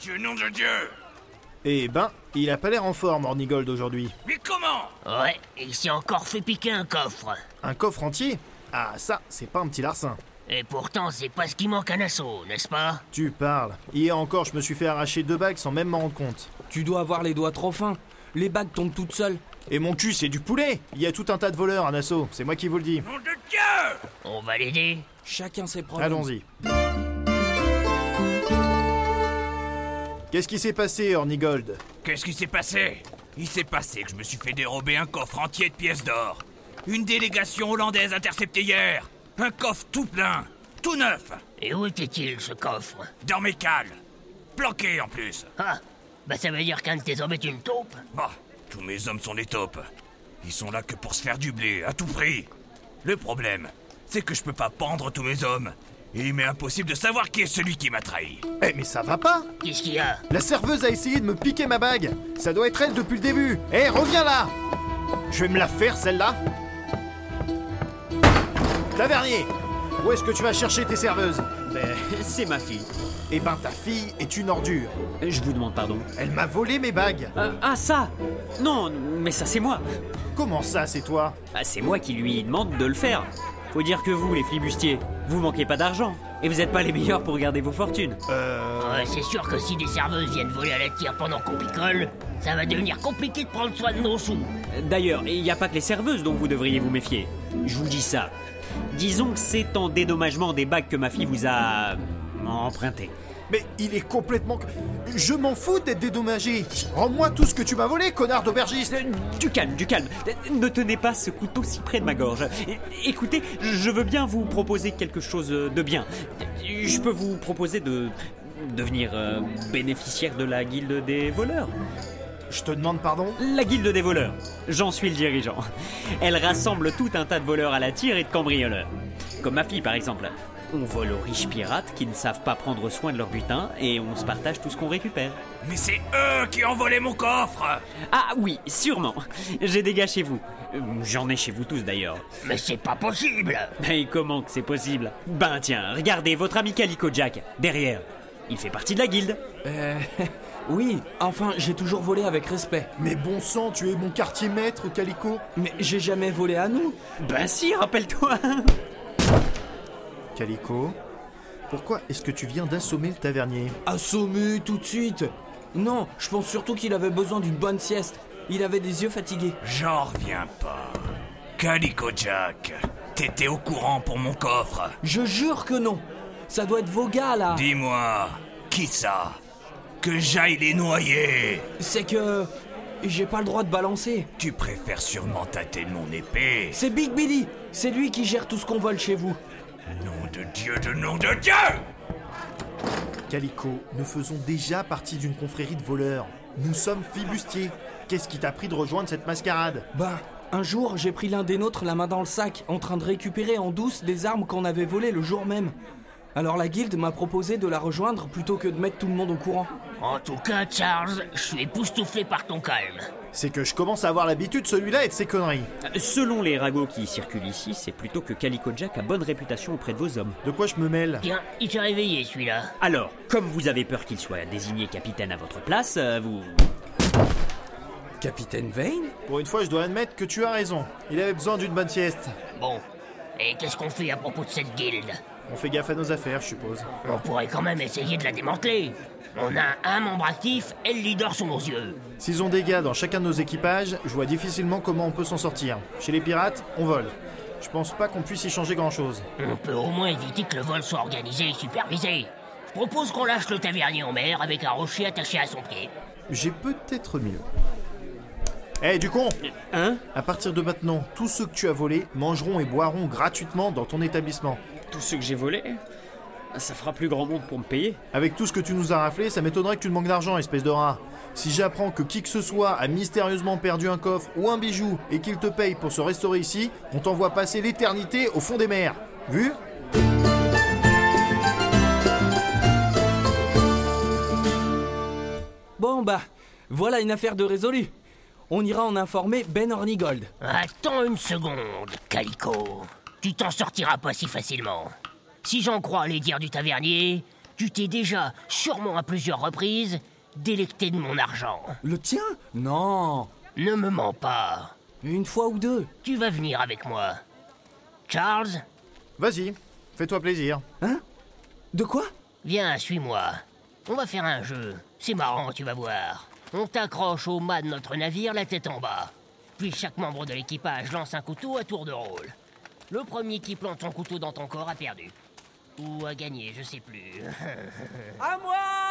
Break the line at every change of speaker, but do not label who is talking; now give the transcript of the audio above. Dieu, nom de Dieu
Eh ben, il a pas l'air en forme, Ornigold, aujourd'hui.
Mais comment
Ouais, il s'est encore fait piquer un coffre.
Un coffre entier Ah, ça, c'est pas un petit larcin.
Et pourtant, c'est pas ce qui manque à Nassau, n'est-ce pas
Tu parles. Hier encore, je me suis fait arracher deux bagues sans même m'en rendre compte.
Tu dois avoir les doigts trop fins. Les bagues tombent toutes seules.
Et mon cul, c'est du poulet Il y a tout un tas de voleurs à Nassau, c'est moi qui vous le dis.
Nom de Dieu
On va l'aider.
Chacun ses problèmes.
Allons-y. Qu'est-ce qui s'est passé, Ornigold
Qu'est-ce qui s'est passé Il s'est passé que je me suis fait dérober un coffre entier de pièces d'or. Une délégation hollandaise interceptée hier. Un coffre tout plein, tout neuf,
Et où était-il, ce coffre
dans mes cales. Planqué en plus.
Ah, bah ça veut dire qu'un de tes hommes est une taupe
Bah, tous mes hommes sont des taupes. Ils sont là que pour se faire du blé, à tout prix. Le problème, c'est que je peux pas pendre tous mes hommes. Et il m'est impossible de savoir qui est celui qui m'a trahi.
Eh, mais ça va pas
Qu'est-ce qu'il y a
La serveuse a essayé de me piquer ma bague Ça doit être elle depuis le début Eh, reviens là Je vais me la faire, celle-là Tavernier Où est-ce que tu vas chercher tes serveuses
Ben, c'est ma fille.
Eh ben, ta fille est une ordure.
Je vous demande pardon.
Elle m'a volé mes bagues.
Euh, ah, ça Non, mais ça, c'est moi.
Comment ça, c'est toi
Ah, c'est moi qui lui demande de le faire. Faut dire que vous, les flibustiers, vous manquez pas d'argent. Et vous êtes pas les meilleurs pour garder vos fortunes.
Euh...
Ouais, c'est sûr que si des serveuses viennent voler à la tire pendant qu'on picole, ça va devenir compliqué de prendre soin de nos sous.
Euh, D'ailleurs, il n'y a pas que les serveuses dont vous devriez vous méfier. Je vous dis ça. Disons que c'est en dédommagement des bagues que ma fille vous a. euh, emprunté.
Mais il est complètement... Je m'en fous d'être dédommagé Rends-moi tout ce que tu m'as volé, connard d'aubergiste
Du calme, du calme. Ne tenez pas ce couteau si près de ma gorge. Écoutez, je veux bien vous proposer quelque chose de bien. Je peux vous proposer de devenir euh, bénéficiaire de la guilde des voleurs.
Je te demande pardon
La guilde des voleurs. J'en suis le dirigeant. Elle rassemble tout un tas de voleurs à la tire et de cambrioleurs. Comme ma fille par exemple. On vole aux riches pirates qui ne savent pas prendre soin de leur butin et on se partage tout ce qu'on récupère.
Mais c'est eux qui ont volé mon coffre
Ah oui, sûrement. J'ai des gars chez vous. Euh, J'en ai chez vous tous d'ailleurs.
Mais c'est pas possible
Mais comment que c'est possible Ben tiens, regardez votre ami Calico Jack, derrière. Il fait partie de la guilde.
Euh, oui, enfin, j'ai toujours volé avec respect.
Mais bon sang, tu es mon quartier maître, Calico
Mais j'ai jamais volé à nous.
Ben si, rappelle-toi
Calico Pourquoi est-ce que tu viens d'assommer le tavernier
Assommé tout de suite. Non, je pense surtout qu'il avait besoin d'une bonne sieste. Il avait des yeux fatigués.
J'en reviens pas. Calico Jack, t'étais au courant pour mon coffre.
Je jure que non. Ça doit être vos gars là.
Dis-moi, qui ça Que j'aille les noyer
C'est que j'ai pas le droit de balancer.
Tu préfères sûrement tâter de mon épée.
C'est Big Billy. C'est lui qui gère tout ce qu'on vole chez vous.
Nom de Dieu, de nom de Dieu
Calico, nous faisons déjà partie d'une confrérie de voleurs. Nous sommes fibustiers. Qu'est-ce qui t'a pris de rejoindre cette mascarade
Bah, un jour, j'ai pris l'un des nôtres la main dans le sac, en train de récupérer en douce des armes qu'on avait volées le jour même. Alors la guilde m'a proposé de la rejoindre plutôt que de mettre tout le monde au courant.
En tout cas, Charles, je suis époustouflé par ton calme.
C'est que je commence à avoir l'habitude, celui-là, et de ses conneries.
Selon les ragots qui circulent ici, c'est plutôt que Calico Jack a bonne réputation auprès de vos hommes.
De quoi je me mêle
Tiens, il s'est réveillé celui-là.
Alors, comme vous avez peur qu'il soit désigné capitaine à votre place, euh, vous...
Capitaine Vane
Pour une fois, je dois admettre que tu as raison. Il avait besoin d'une bonne sieste.
Bon. Et qu'est-ce qu'on fait à propos de cette guilde
On fait gaffe à nos affaires, je suppose.
On pourrait quand même essayer de la démanteler. On a un membre actif et le leader sous nos yeux.
S'ils ont des gars dans chacun de nos équipages, je vois difficilement comment on peut s'en sortir. Chez les pirates, on vole. Je pense pas qu'on puisse y changer grand-chose.
On peut au moins éviter que le vol soit organisé et supervisé. Je propose qu'on lâche le tavernier en mer avec un rocher attaché à son pied.
J'ai peut-être mieux. Eh, du con
Hein
À partir de maintenant, tous ceux que tu as volés mangeront et boiront gratuitement dans ton établissement.
Tous ceux que j'ai volés Ça fera plus grand monde pour me payer.
Avec tout ce que tu nous as raflé, ça m'étonnerait que tu ne manques d'argent, espèce de rat. Si j'apprends que qui que ce soit a mystérieusement perdu un coffre ou un bijou et qu'il te paye pour se restaurer ici, on t'envoie passer l'éternité au fond des mers. Vu
Bon bah, voilà une affaire de résolue. On ira en informer Ben Hornigold.
Attends une seconde, Calico. Tu t'en sortiras pas si facilement. Si j'en crois les dires du tavernier, tu t'es déjà, sûrement à plusieurs reprises, délecté de mon argent.
Le tien Non
Ne me mens pas.
Une fois ou deux.
Tu vas venir avec moi. Charles,
Vas-y, fais-toi plaisir.
Hein De quoi
viens, suis-moi. On va faire un jeu. C'est marrant, tu vas voir. On t'accroche au mât de notre navire, la tête en bas. Puis chaque membre de l'équipage lance un couteau à tour de rôle. Le premier qui plante son couteau dans ton corps a perdu. Ou a gagné, je sais plus.
À moi